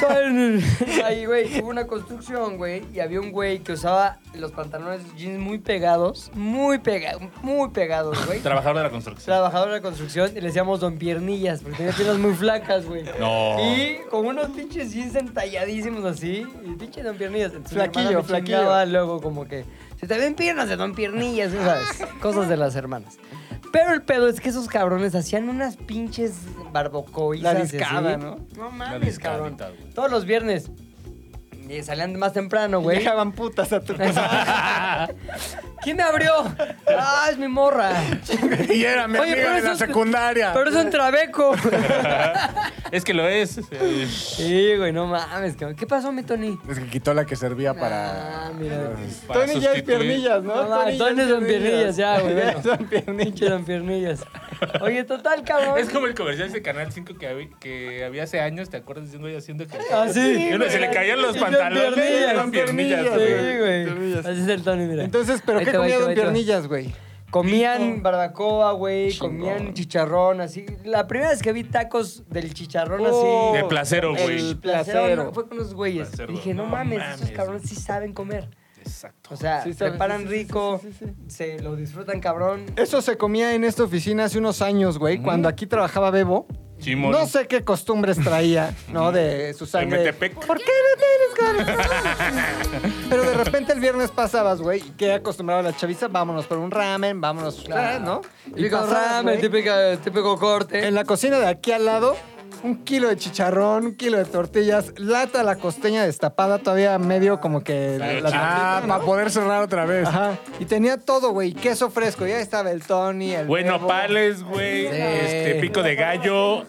Son- Ahí, güey, hubo una construcción, güey, y había un güey que usaba los pantalones jeans muy pegados, muy pegados, muy pegados, güey. Trabajador de la construcción. Trabajador de la construcción y le decíamos don piernillas, porque tenía piernas muy flacas, güey. No. Y con unos pinches jeans entalladísimos así, y pinche don piernillas. Entonces, mi Flaquillo, hermana me flaquillo. chingaba luego como que, se te ven piernas de don piernillas, esas cosas de las hermanas. Pero el pedo es que esos cabrones hacían unas pinches barbacoizas. La y así. discada, ¿no? No La mames, cabrón. discadita, güey. Todos los viernes. eh, salían más temprano, güey. Dejaban putas a tu ¿Quién me abrió? Ah, es mi morra. Ah. Y era mi Oye, amiga pero de la eso- secundaria. Pero es un trabeco. Es que lo es. eh, Sí, güey, no mames, cabrón. ¿Qué pasó, mi Tony? Es que quitó la que servía para... Ah, mira. Para Tony ya es sustituir. piernillas, ¿no? No, va, Tony son piernillas ya, güey, Ya bueno. son Pinche piernillas. don piernillas. Oye, total, cabrón. Es como el comercial de Canal 5 que, hab- que había hace años, ¿te acuerdas de un güey haciendo que... Ah, sí. Y uno se le caían los Y don pantalones. Piernillas. Eran piernillas, Sí, Don güey. güey. Piernillas. Así es el Tony, mira. Entonces, ¿pero Ahí qué te va, ahí comía te va, don ahí te va. piernillas, güey? Comían barbacoa, güey. Chingón. Comían chicharrón, así. La primera vez que vi tacos del chicharrón, Oh. así. De placero, güey. El Placero. placero. Fue con los güeyes. Placero. Y dije, no, No mames, mames, esos cabrones sí saben comer. Exacto. O sea, Sí saben, preparan sí, sí, sí, rico, sí, sí, sí. se lo disfrutan cabrón. Eso se comía en esta oficina hace unos años, güey, cuando aquí trabajaba Bebo. Chimón. No sé qué costumbres traía, ¿no? De su De sangre. Metepec. ¿Por qué no tienes corazón? Pero de repente el viernes pasabas, güey, y que acostumbraba la chaviza, vámonos por un ramen, vámonos, Claro. ¿no? Y Típico pasabas, ramen, güey, típica- típico corte. En la cocina de aquí al lado, un kilo de chicharrón, un kilo de tortillas, lata la costeña destapada, todavía medio como que... Claro, la- la- Ah, para poder cerrar otra vez. Ajá. Y tenía todo, güey, queso fresco, ya estaba el Tony, el... Güey, Bebo. nopales, güey. Este, pico de gallo.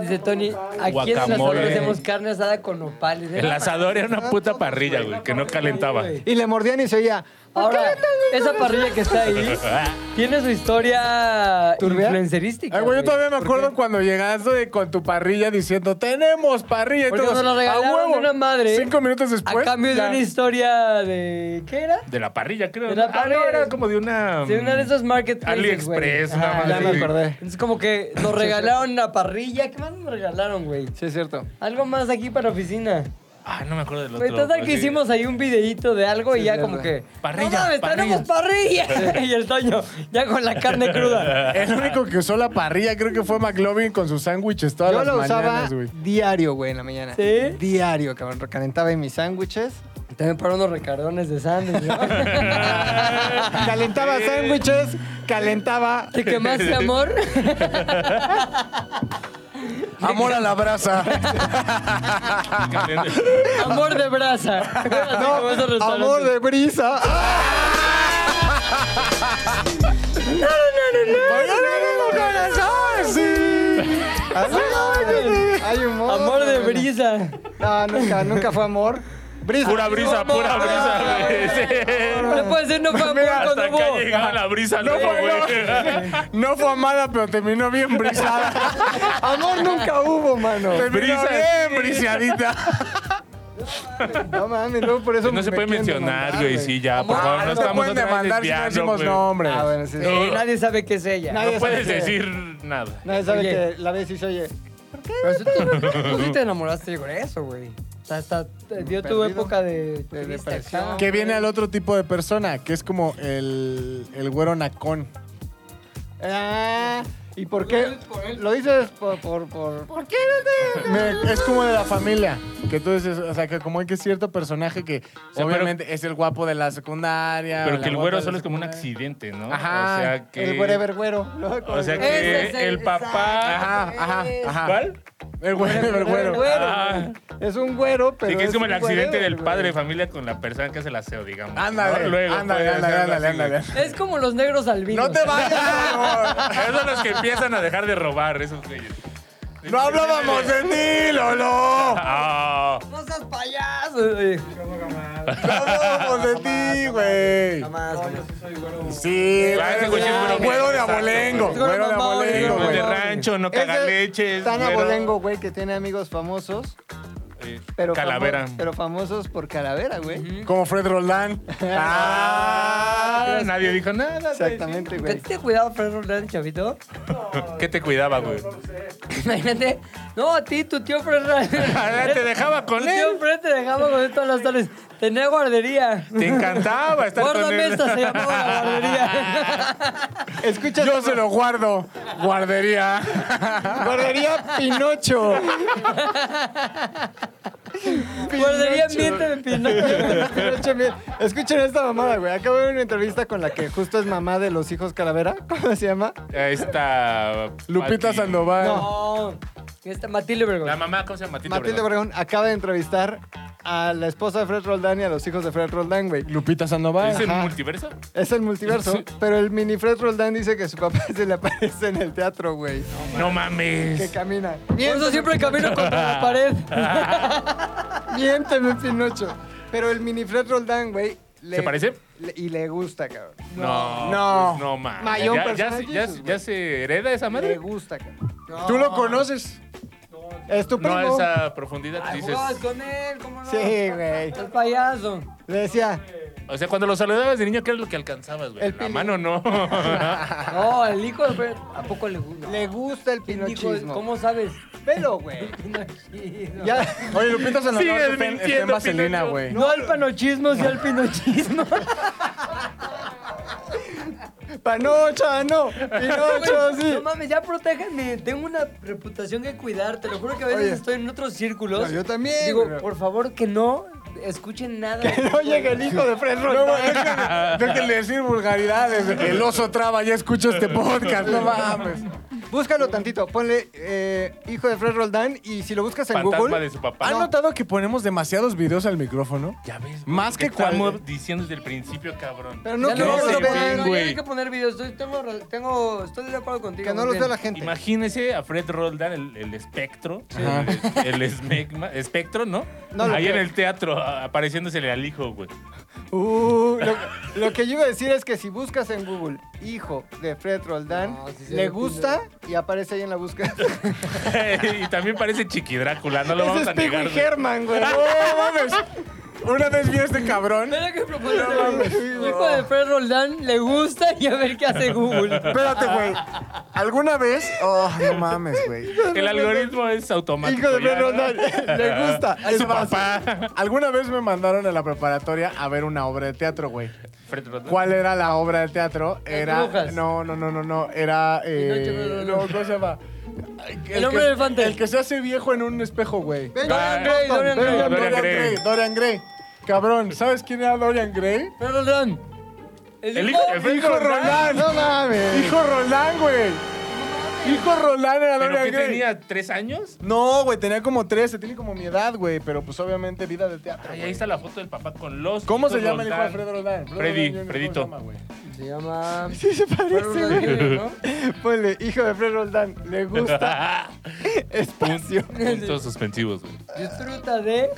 Dice Tony, aquí en el asador Guacamole. hacemos carne asada con nopales. ¿eh?". El asador era una puta parrilla, güey, que no calentaba. Y le mordían y se oía... "¿Por qué Ahora, le tengo el esa corazón?" parrilla que está ahí tiene su historia ¿Turbia? influencerística. Ay, güey, yo güey. todavía me acuerdo cuando llegaste de- con tu parrilla diciendo, tenemos parrilla. y Porque todos, nos la "A regalaron huevo". de una madre. Cinco minutos después. a cambio ya. de una historia de... ¿Qué era? De la parrilla, creo. De la Ah, parrilla. no, era como de una. De una de esos marketplaces, güey. Mm. AliExpress, Ajá, una madre Ya me así. acordé. Entonces como que nos regalaron una parrilla. ¿Qué más nos regalaron, güey? Sí, es cierto. Algo más aquí para oficina. Ah, no me acuerdo del otro. Güey, Pues total pero que sí. hicimos ahí un videíto de algo Sí, y es ya verdad. como que... Parrilla, ¡No mames, tenemos parrilla! y el Toño, ya con la carne cruda. El único que usó la parrilla creo que fue McLovin con sus sándwiches todas Yo las la usaba mañanas, güey. diario, güey, en la mañana. ¿Sí? Diario, cabrón. Recalentaba en mis sándwiches. También para unos recardones de sándwich, ¿no? Ah, calentaba sándwiches, calentaba. ¿Te quemaste, amor? Amor a la brasa. amor de brasa. Así como esos No, restaurantes. amor de brisa. ¡Ah! Así, Hay humor. Amor de cabrón. brisa. No, nunca, nunca fue amor. Brisa. Pura brisa, pura brisa, güey. Sí. No puede ser, no fue amor cuando Hasta acá hubo. llegaba la brisa, no, fue, güey. No fue amada, pero terminó bien brisada. Amor nunca hubo, mano. Terminó Pues Brisa, bien briseadita. No mames, luego por eso No se me puede quieren mencionar, demandar, güey, sí, ya. Por Amor, Ah, favor, no no te estamos pueden otra vez demandar si no desviando, decimos güey. nombres. Ah, bueno, sí. Eh, nadie sabe qué es ella. Nadie- No puedes sabe qué. decir nada. Nadie sabe Oye. que la vez sí se oye. Pero tú, te- tú sí te enamoraste con eso, güey. O sea, hasta te dio tu Perdido. época de, De triste depresión. acá. Que viene al otro tipo de persona, que es como el, el güero nacón. Ah, ¿Y por qué? Lo dices por... por, por- ¿Por qué no te.? Me- es como de la familia. Que tú dices, o sea, que como hay que cierto personaje que O sea, obviamente es el guapo de la secundaria. o Pero Ah, la que el guapa güero de la solo es como un secundaria. accidente, ¿no? Ajá, O sea que. El wherever güero. ¿no? O sea Ese que es el, el- papá. exacto. Ajá, ajá. ¿Cuál? El güero, el Wherever güero. güero. Ah. Es un güero, pero... Sí, que es como un el accidente wherever del padre de güero. familia con la persona que hace el aseo, digamos. Ándale, ¿no? Luego ándale, podría ándale, hacerlo ándale, así, ándale. Es como los negros albinos. No te vayas, güey. Esos son los que empiezan a dejar de robar, esos güeyes. No hablábamos de ti, Lolo. Ah. No seas payaso. eh. No hablábamos de ti, güey. Jamás, jamás. Sí, Ah, ese güey, güey es güero, güero de exacto, abolengo. güey. Güero de Mamá, Sí, abolengo, güey. güey, de güey. rancho, no Ese caga leches. Tan güero. abolengo, güey, que tiene amigos famosos. Eh, Pero Calavera. famo- pero famosos por calavera, güey. Como Fred Roldán. Ah, Ah, nadie dijo nada. güey. Exactamente, ¿A ti güey. te cuidaba Fred Roldán, chavito? ¿Qué te cuidaba, güey? Imagínate. No, a ti, tu tío Fred Roldán. Te dejaba Tu con tío él. Fred te dejaba con él todas las tardes. Tenía guardería. Te encantaba estar Gordo con él. Mesa se llamaba la guardería. Escucha, yo se lo guardo. Guardería. guardería Pinocho. guardería ambiente de Pinocho. Escuchen bien. Escuchen esta mamada, güey. Acabo de ver una entrevista con la que justo es mamá de los hijos Calavera. ¿Cómo se llama? Esta. Lupita Pati- Sandoval. No. Esta Matilde La Obregón. mamá, ¿cómo se llama? Matita Matilde Obregón. Obregón acaba de entrevistar a la esposa de Fred Roldán y a los hijos de Fred Roldán, güey. Lupita Sandoval. ¿Es el Ajá. multiverso? Es el multiverso, pero el mini Fred Roldán dice que su papá se le aparece en el teatro, güey. No Que mames. camina. Por eso siempre camino contra la pared. Ah, Miénteme, Pinocho. Pero el mini Fred Roldán, güey. le- ¿Se parece? le- y le gusta, cabrón. No. No. pues no mames. Mayor ¿Ya, ya, se- personaje, ya, Jesus, ya se hereda esa Le madre? gusta, cabrón. ¿Tú lo conoces? Es tu primo. No a esa profundidad que Ay, dices. jugabas con él, ¿cómo no? Sí, güey. El payaso. Le decía, O sea, cuando lo saludabas de niño, ¿qué era lo que alcanzabas, güey? El La pili. mano no. No, el hijo de Fred. ¿A poco le gusta? le gusta el ¿Quién dijo? pinochismo. ¿Cómo sabes? Velo, güey. Pinochismo. Ya. Oye, Lupita Sandoval Sigues está en- está en mintiendo, vaselina, Pinocho. güey. No al panochismo, sí al pinochismo. Panocha, no. Pinocho, sí. No mames, ya protéjanme. Tengo una reputación que cuidar. Te lo juro que a veces Oye. estoy en otros círculos. No, yo también, Digo, pero- por favor, que no escuchen nada. No llega el hijo de Fred Roldán. Déjenle decir vulgaridades. El oso traba, ya escucho este podcast. No mames. Búscalo tantito. Ponle eh, hijo de Fred Roldán y si lo buscas en Fantasma Google. Ah, de su papá. ¿Han notado que ponemos demasiados videos al micrófono? Ya ves. güey, Más te que cuando... Estamos diciendo desde el principio, cabrón. Pero no Ya quiero no, que lo no, ese no, vean. ya güey. hay que poner videos. Estoy, tengo, tengo- estoy de acuerdo contigo. Que no más los bien. vea la gente. Imagínese a Fred Roldán, el, el espectro, Ajá. el, el esmegma- espectro, ¿no? No lo Ahí en creo. el teatro, a- apareciéndosele al hijo, güey. Uh, lo, lo que yo iba a decir es que si buscas en Google hijo de Fred Roldán, No, sí se le ve gusta y aparece ahí en la búsqueda. y también parece Chiqui Drácula, no lo Ese vamos es a Pico negar. y güey. Germán, güey. ¡No mames! Una vez vi a este cabrón. Mira que propone. hijo de Fred Roldán le gusta y a ver qué hace Google. Espérate, güey. ¿Alguna vez? Oh, no mames, güey. El algoritmo es automático. Hijo de ya, Fred ¿no? Roldán, le gusta. Es su papá. Alguna vez me mandaron a la preparatoria a ver una obra de teatro, güey. Fred Roldán. ¿Cuál era la obra de teatro? Era. brujas. No, no, no, no, no. Era. Eh, Pinocho, no, no, no, no. ¿Cómo se llama? que- El hombre elefante. El que se hace viejo en un espejo, güey. Ah, Dorian Gray, Dorian Gray. Dorian, Dorian Gray. Gray. Dorian Gray. Cabrón, ¿sabes quién era Dorian Gray? Fred Roldán. El hijo de Fred Roldán. No mames. Hijo Roland, güey. Hijo Roland era ¿Pero Dorian qué Gray. tenía? ¿Tres años? No, güey, tenía como 13, tiene como mi edad, güey, pero pues obviamente vida de teatro. Ay, güey. ahí está la foto del papá con los. ¿Cómo se hijos llama el hijo de Roldán. Alfredo Roldán? Freddy, Fredito. Fredito. Se llama. Sí se Fred parece, Roldán güey. Jr., ¿no? Ponle hijo de Fred Roldán, le gusta. Espacio. Puntos suspensivos, güey. Disfruta de.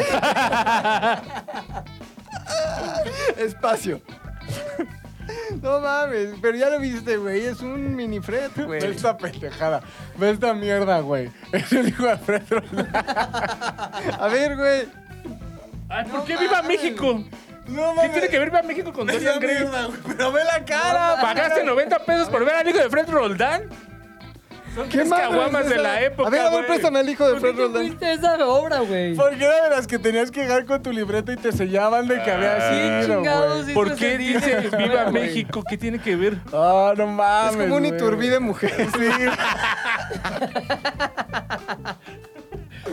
Espacio. No mames, pero ya lo viste, güey. Es un mini Fred, güey. Ve esta pendejada. Ve esta mierda, güey. Es el hijo de Alfredo Roldán. A ver, güey. Ay, ¿por qué viva México? No ¿Qué tiene que ver viva México con Dorian Gray? mierda, güey. Pero ve la cara. ¿Pagaste 90 pesos por ver al hijo de Fred Roldán? Son ¿Qué tres madres caguamas es de esa? la época, A ver, a ver, güey. préstame al hijo de ¿Por qué Fred te Roldán. fuiste a esa obra, güey? Porque era de las que tenías que llegar con tu libreta y te sellaban de que Ah, había sido, chingados, güey. sí. ¿Por Hizo qué sentido dice después, Viva güey. México? ¿Qué tiene que ver? Ah, no mames. Es como un güey. Iturbide mujer.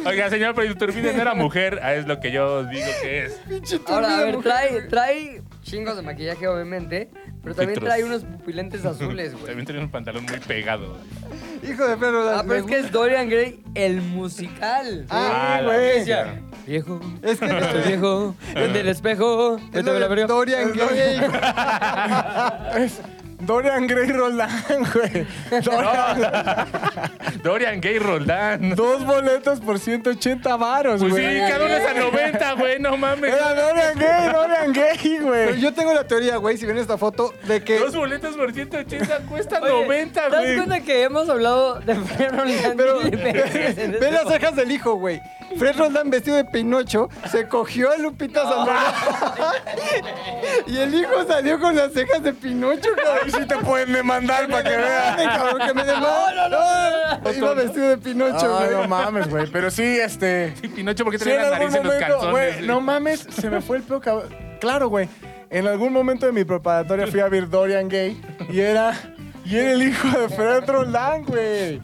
Oiga, señor, pero Iturbide no era mujer. Ah, es lo que yo digo que es. Pinche Iturbide Ahora, a ver, mujer. trae, trae chingos de maquillaje, obviamente, pero también Filtros. trae unos pupilentes azules, También güey. tenía un pantalón muy pegado. Hijo de Fred Roldán. Ah, me pero es que es Dorian Gray, el musical. Ah, Ah, la güey. bestia. Viejo, Es que estoy viejo, en el espejo, es vete a lo la de verga. Dorian Gray. Es Dorian Gray Roldán, güey. Dorian- Dorian Gay Roldán. Dos boletos por 180 varos, Pues sí, güey. cada uno es a 90, güey, no mames. Era Dorian Gray, Dorian Gray, Pero güey. yo tengo la teoría, güey, si ven esta foto, de que... Dos boletas por 180 cuesta Oye, 90, ¿Te das güey. cuenta que hemos hablado de Fred Roland Pero- mil veces en este Ve las cejas del hijo, güey. Fred Roldán vestido de Pinocho se cogió a Lupita Zambrano. y el hijo salió con las cejas de Pinocho, Ahí sí te pueden demandar para que veas. Ay, cabrón, que me demanda. No, no, no. Iba vestido de Pinocho, Ah, güey. no mames, güey. Pero sí, este. Y Pinocho, ¿por qué Sí, en tenía la algún nariz en los momento, calzones? güey. No mames, se me fue el pelo cab- Claro, güey. En algún momento de mi preparatoria fui a ver Dorian Gay y era. Y era el hijo de Fred Roland, güey.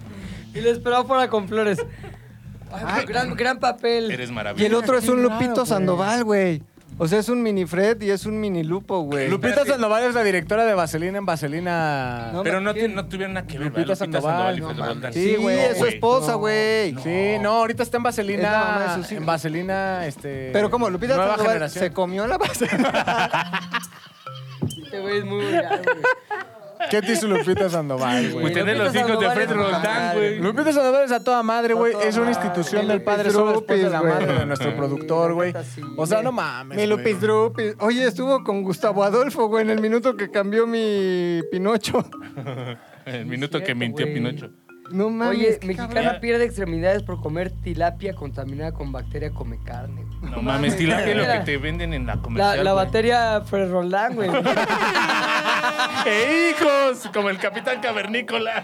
Y lo esperaba fuera con flores. Ay, pero gran, gran papel. Eres Y el maravilloso. otro es un Qué raro, Lupito güey. Sandoval, güey. O sea, es un mini Fred y es un mini Lupo, güey. Lupita Sandoval es la directora de Vaselina en Vaselina. No, Pero no, te- no tuvieron nada que ver, Lupita ¿verdad? Lupita Sandoval, y Sandoval, Fred no Roldán. Sí, güey, no, es su güey. esposa, güey. Sí, no, ahorita está en Es la mamá Vaselina. de sus hijos. en Vaselina, este. Pero como Lupita nueva Sandoval generación. se comió la base. Este güey es muy vulgar, güey. ¿Qué te hizo Lupita Sandoval, güey? Pues tener los Lupita hijos de Sandoval Fred es una Roldán, madre. güey. Lupita Sandoval es a toda madre, güey. toda Es una madre. institución del padre Lupis solo después de la Drupis, güey. madre de nuestro Sí, productor, güey. neta, sí. O sea, no mames. Mi güey. Lupis Drupis. Oye, estuvo con Gustavo Adolfo, güey, en el minuto que cambió mi Pinocho. El minuto que Cierto, mintió güey. Pinocho. No mames. Oye, qué mexicana cabrón. pierde extremidades por comer tilapia contaminada con bacteria come carne. güey. No mames, tilapia es lo que Mira. te venden en la comercial. La, la güey. bacteria Ferrolán, güey. ¡Eh, hijos! Como el Capitán Cavernícola.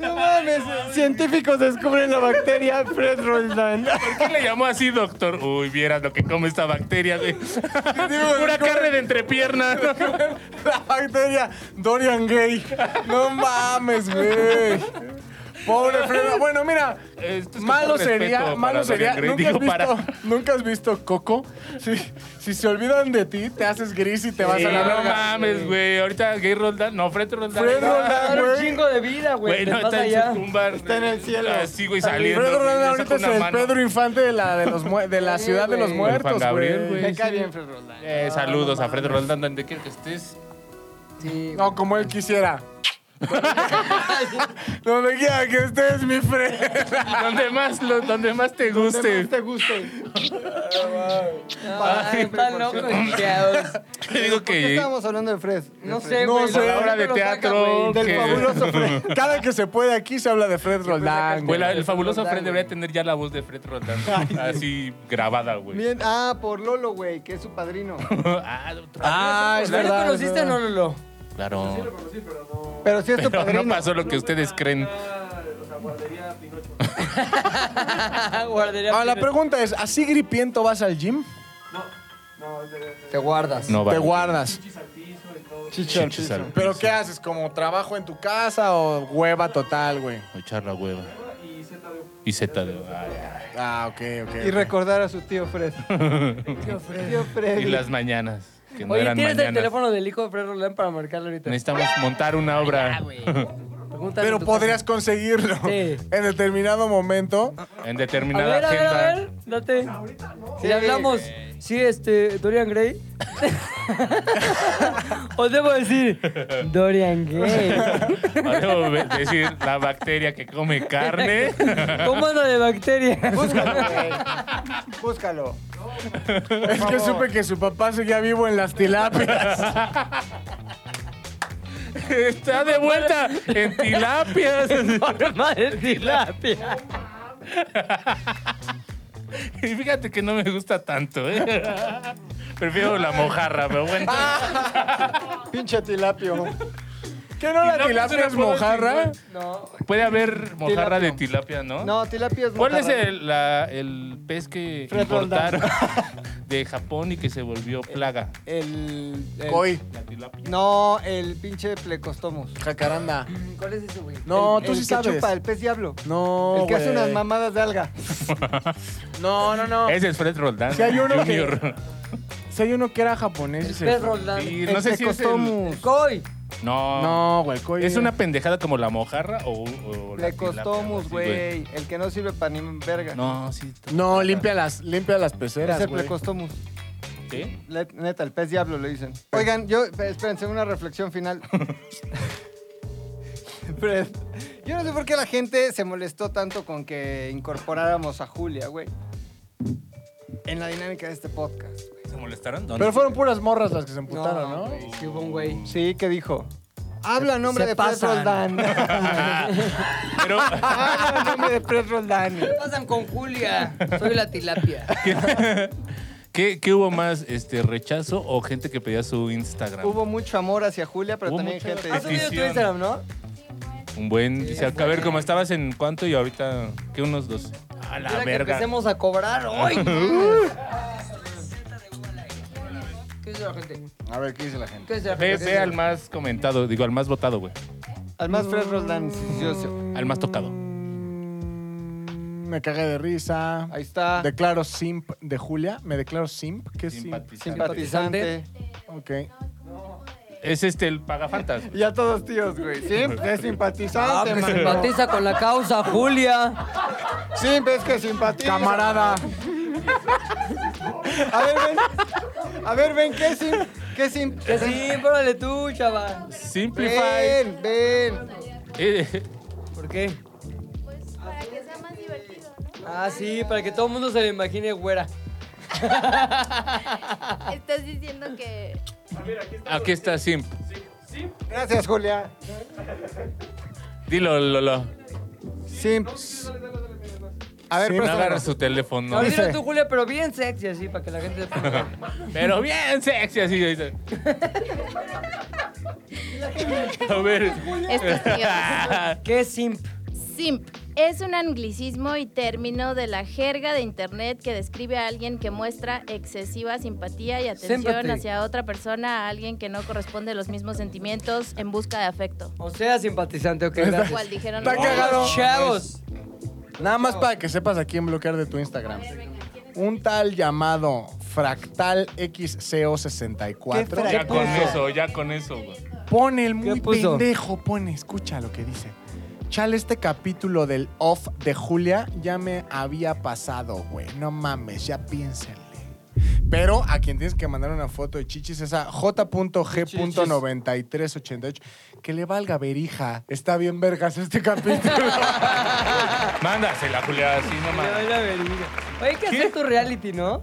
No mames. Científicos descubren la bacteria Fred Roldán. ¿Por qué le llamó así, doctor? Uy, vieras lo que come esta bacteria, güey. Pura carne de entrepierna. La bacteria Dorian Gay. No mames, güey. Pobre Fred. Bueno, mira. Esto es malo con respeto sería, para malo sería. Dorian Gray, ¿Nunca, has digo, para- visto, ¿Nunca has visto Coco? Si, si se olvidan de ti, te haces gris y te vas Sí, a la no verga. mames, güey. Ahorita Gay Roldán. No, Fred Roldán. Fred No, Roldán. Dar un güey. chingo de vida, güey. Güey, Te no, vas está en allá. su tumba. Está en el cielo. Así, güey, Fred saliendo. güey, Roland le ahorita saca es una el mano. Pedro Infante de la, de los mue- de la Sí, ciudad de los güey. muertos, Juan Gabriel, güey. güey. Me cae bien Fred Roldán. Eh, saludos a Fred Roldán, donde quiera que estés. Sí, No, como él quisiera. Donde quiera que estés, mi Fred. Donde más, lo- donde más te Este- Donde guste. más te guste. no, ay, están locos, guiados. Te digo ¿Por qué que estábamos hablando de Fred? No sé, No güey. sé, la obra de teatro. Del que- fabuloso Fred. Cada que se puede aquí se habla de Fred Roldán. pues, güey, la- güey. el fabuloso Roldán, Fred debería güey. tener ya la voz de Fred Roldán. Así grabada, güey. Bien, ah, por Lolo, güey, que es su padrino. Ah, otra Ah, es ¿No lo verdad. conociste o es no, verdad. Lolo? vez. Claro. Pero sí es tu Pero padrino. no pasó lo que ustedes creen. Guardería. Ah, la Pinocho. pregunta es, ¿así gripiento vas al gym? Te guardas. No Te vale. guardas. Chicho. Chichis al- ¿Pero qué haces? ¿Como trabajo en tu casa o hueva total, güey? Echar la hueva. Y Z de. ay, Ah, ok, ok. Y recordar a su tío Fred. tío Fred. Tío Fred. ay. Y las mañanas. Que no Oye, eran ¿tienes el mañanas. teléfono del hijo de Fred Roland para marcarle ahorita? Necesitamos montar una obra. Pregúntale Pero en tu casa. podrías conseguirlo Sí. en determinado momento. En A determinada ver, a ver, agenda. a ver, date. Si Sí, hablamos, sí, este, Dorian Gray. Os debo decir, Dorian Gray. Debo be- decir la bacteria que come carne. ¿Cómo anda de bacterias? Búscalo, güey. Búscalo. Es que supe que su papá seguía vivo en las tilapias. Está de vuelta en tilapias. Forma de tilapia. Y fíjate que no me gusta tanto, ¿eh? Prefiero la mojarra, pero bueno. Pinche tilapio. ¿Qué no la pues, Tilapio tilapia es es una cosa mojarra? chingona. No, Puede haber mojarra Tilapia. de tilapia, ¿no? no, tilapia es ¿Cuál es mojarra. el, la- el pez que Fred importaron de Japón y que se volvió plaga? El, el- Koi, La tilapia. No, el pinche plecostomus. jacaranda. ¿Cuál es ese, güey? No, El- tú el sí que sabes. chupa, el pez diablo. No, el que hace güey. unas mamadas de alga. No, no, no. Ese es Fred Roldán. Sí, hay uno que- Junior. Si hay uno que era japonés. El y se- perro Roldán. Sí, El no sé si es el... plecostomus. Coy. No. No, güey, el koi. ¿Es una pendejada como la mojarra o, o la tilapia, algo Plecostomus, así, güey. El que no sirve para ni verga. No, sí. No, limpia las, limpia las peceras, es el güey. plecostomus. ¿Qué? Le- Neta, el pez diablo le dicen. Oigan, yo, espérense, una reflexión final. Fred, yo no sé por qué la gente se molestó tanto con que incorporáramos a Julia, güey. En la dinámica de este podcast. güey. ¿Se molestaron? ¿Dónde? Pero fueron puras morras las que se emputaron, ¿no? güey, sí hubo un güey. Sí, ¿qué dijo? Habla en nombre se de Fred pasan. Roldán. Pero- Habla en nombre de Fred Roldán. ¿Qué pasan con Julia? Soy la tilapia. ¿Qué, qué hubo más? Este, ¿Rechazo o gente que pedía su Instagram? Hubo mucho amor hacia Julia, pero Hubo también mucha gente... Has subido tu Petición. Instagram, ¿no? Un buen. Sí, dice, a bueno. ver, ¿cómo estabas en cuánto? Y ahorita, ¿qué? Unos dos. A la Mira que verga. empecemos a cobrar hoy. ¿Qué dice la gente? A ver, ¿qué dice la gente? ¿Qué dice la gente? Ve, ¿Qué ve dice? al más comentado, digo, al más votado, güey. Al más Fred Roldán. sí, sí, sí. Al más tocado. Mm, Me cagué de risa. Ahí está. Declaro simp de Julia. Me declaro simp. ¿Qué es simp? Simpatizante. Ok. Es este, el Pagafantas. güey. Ya todos tíos, güey. Siempre es Ah, simpatizante, pues mano. simpatiza con la causa, Julia. Siempre es que simpatiza. Camarada. A ver, ven. A ver, ven, ¿qué es sim? ¿Qué es sim? Que sí, pórale tú, chaval. Simplify. Ven, ven. Eh, ¿Por qué? Pues para que sea más divertido, ¿no? Ah, sí, para que todo el mundo se le imagine güera. Estás diciendo que aquí está Simp. Gracias, Julia. Dilo, Lolo. Simp. A ver, No agarra préstame. su teléfono. No, dilo tú, Julia, pero bien sexy así, para que la gente... se- Pero bien sexy, así. dice. A ver. estos tíos. ¿Qué es simp? Simp es un anglicismo y término de la jerga de internet que describe a alguien que muestra excesiva simpatía y atención Sympathy. hacia otra persona, a alguien que no corresponde a los mismos sentimientos en busca de afecto. O sea, simpatizante, ok, gracias. Igual dijeron Está los- cagado. Chavos. Nada más para que sepas a quién bloquear de tu Instagram. Un tal llamado Fractal ¿Qué XCO64. fra- Ya con puso? eso, ya con eso, güey. Pone el ¿Qué muy puso? pendejo, pone, escucha lo que dice. Chale, este capítulo del off de Julia ya me había pasado, güey. No mames, ya piénsenle. Pero a quien tienes que mandar una foto de chichis es a j.g.9388. Que le valga verija. Está bien vergas este capítulo. Mándasela, Julia, así Me nomás. da la vergüenza. Oye, ¿qué hacer tu reality, no?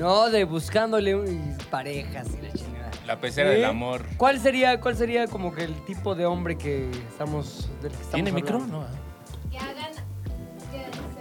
No, de buscándole un- parejas y la chingada. La pecera ¿Sí? del amor. ¿Cuál sería, ¿Cuál sería como que el tipo de hombre que estamos... del que estamos ¿Tiene micro? hablando? ¿eh? No. Que hagan...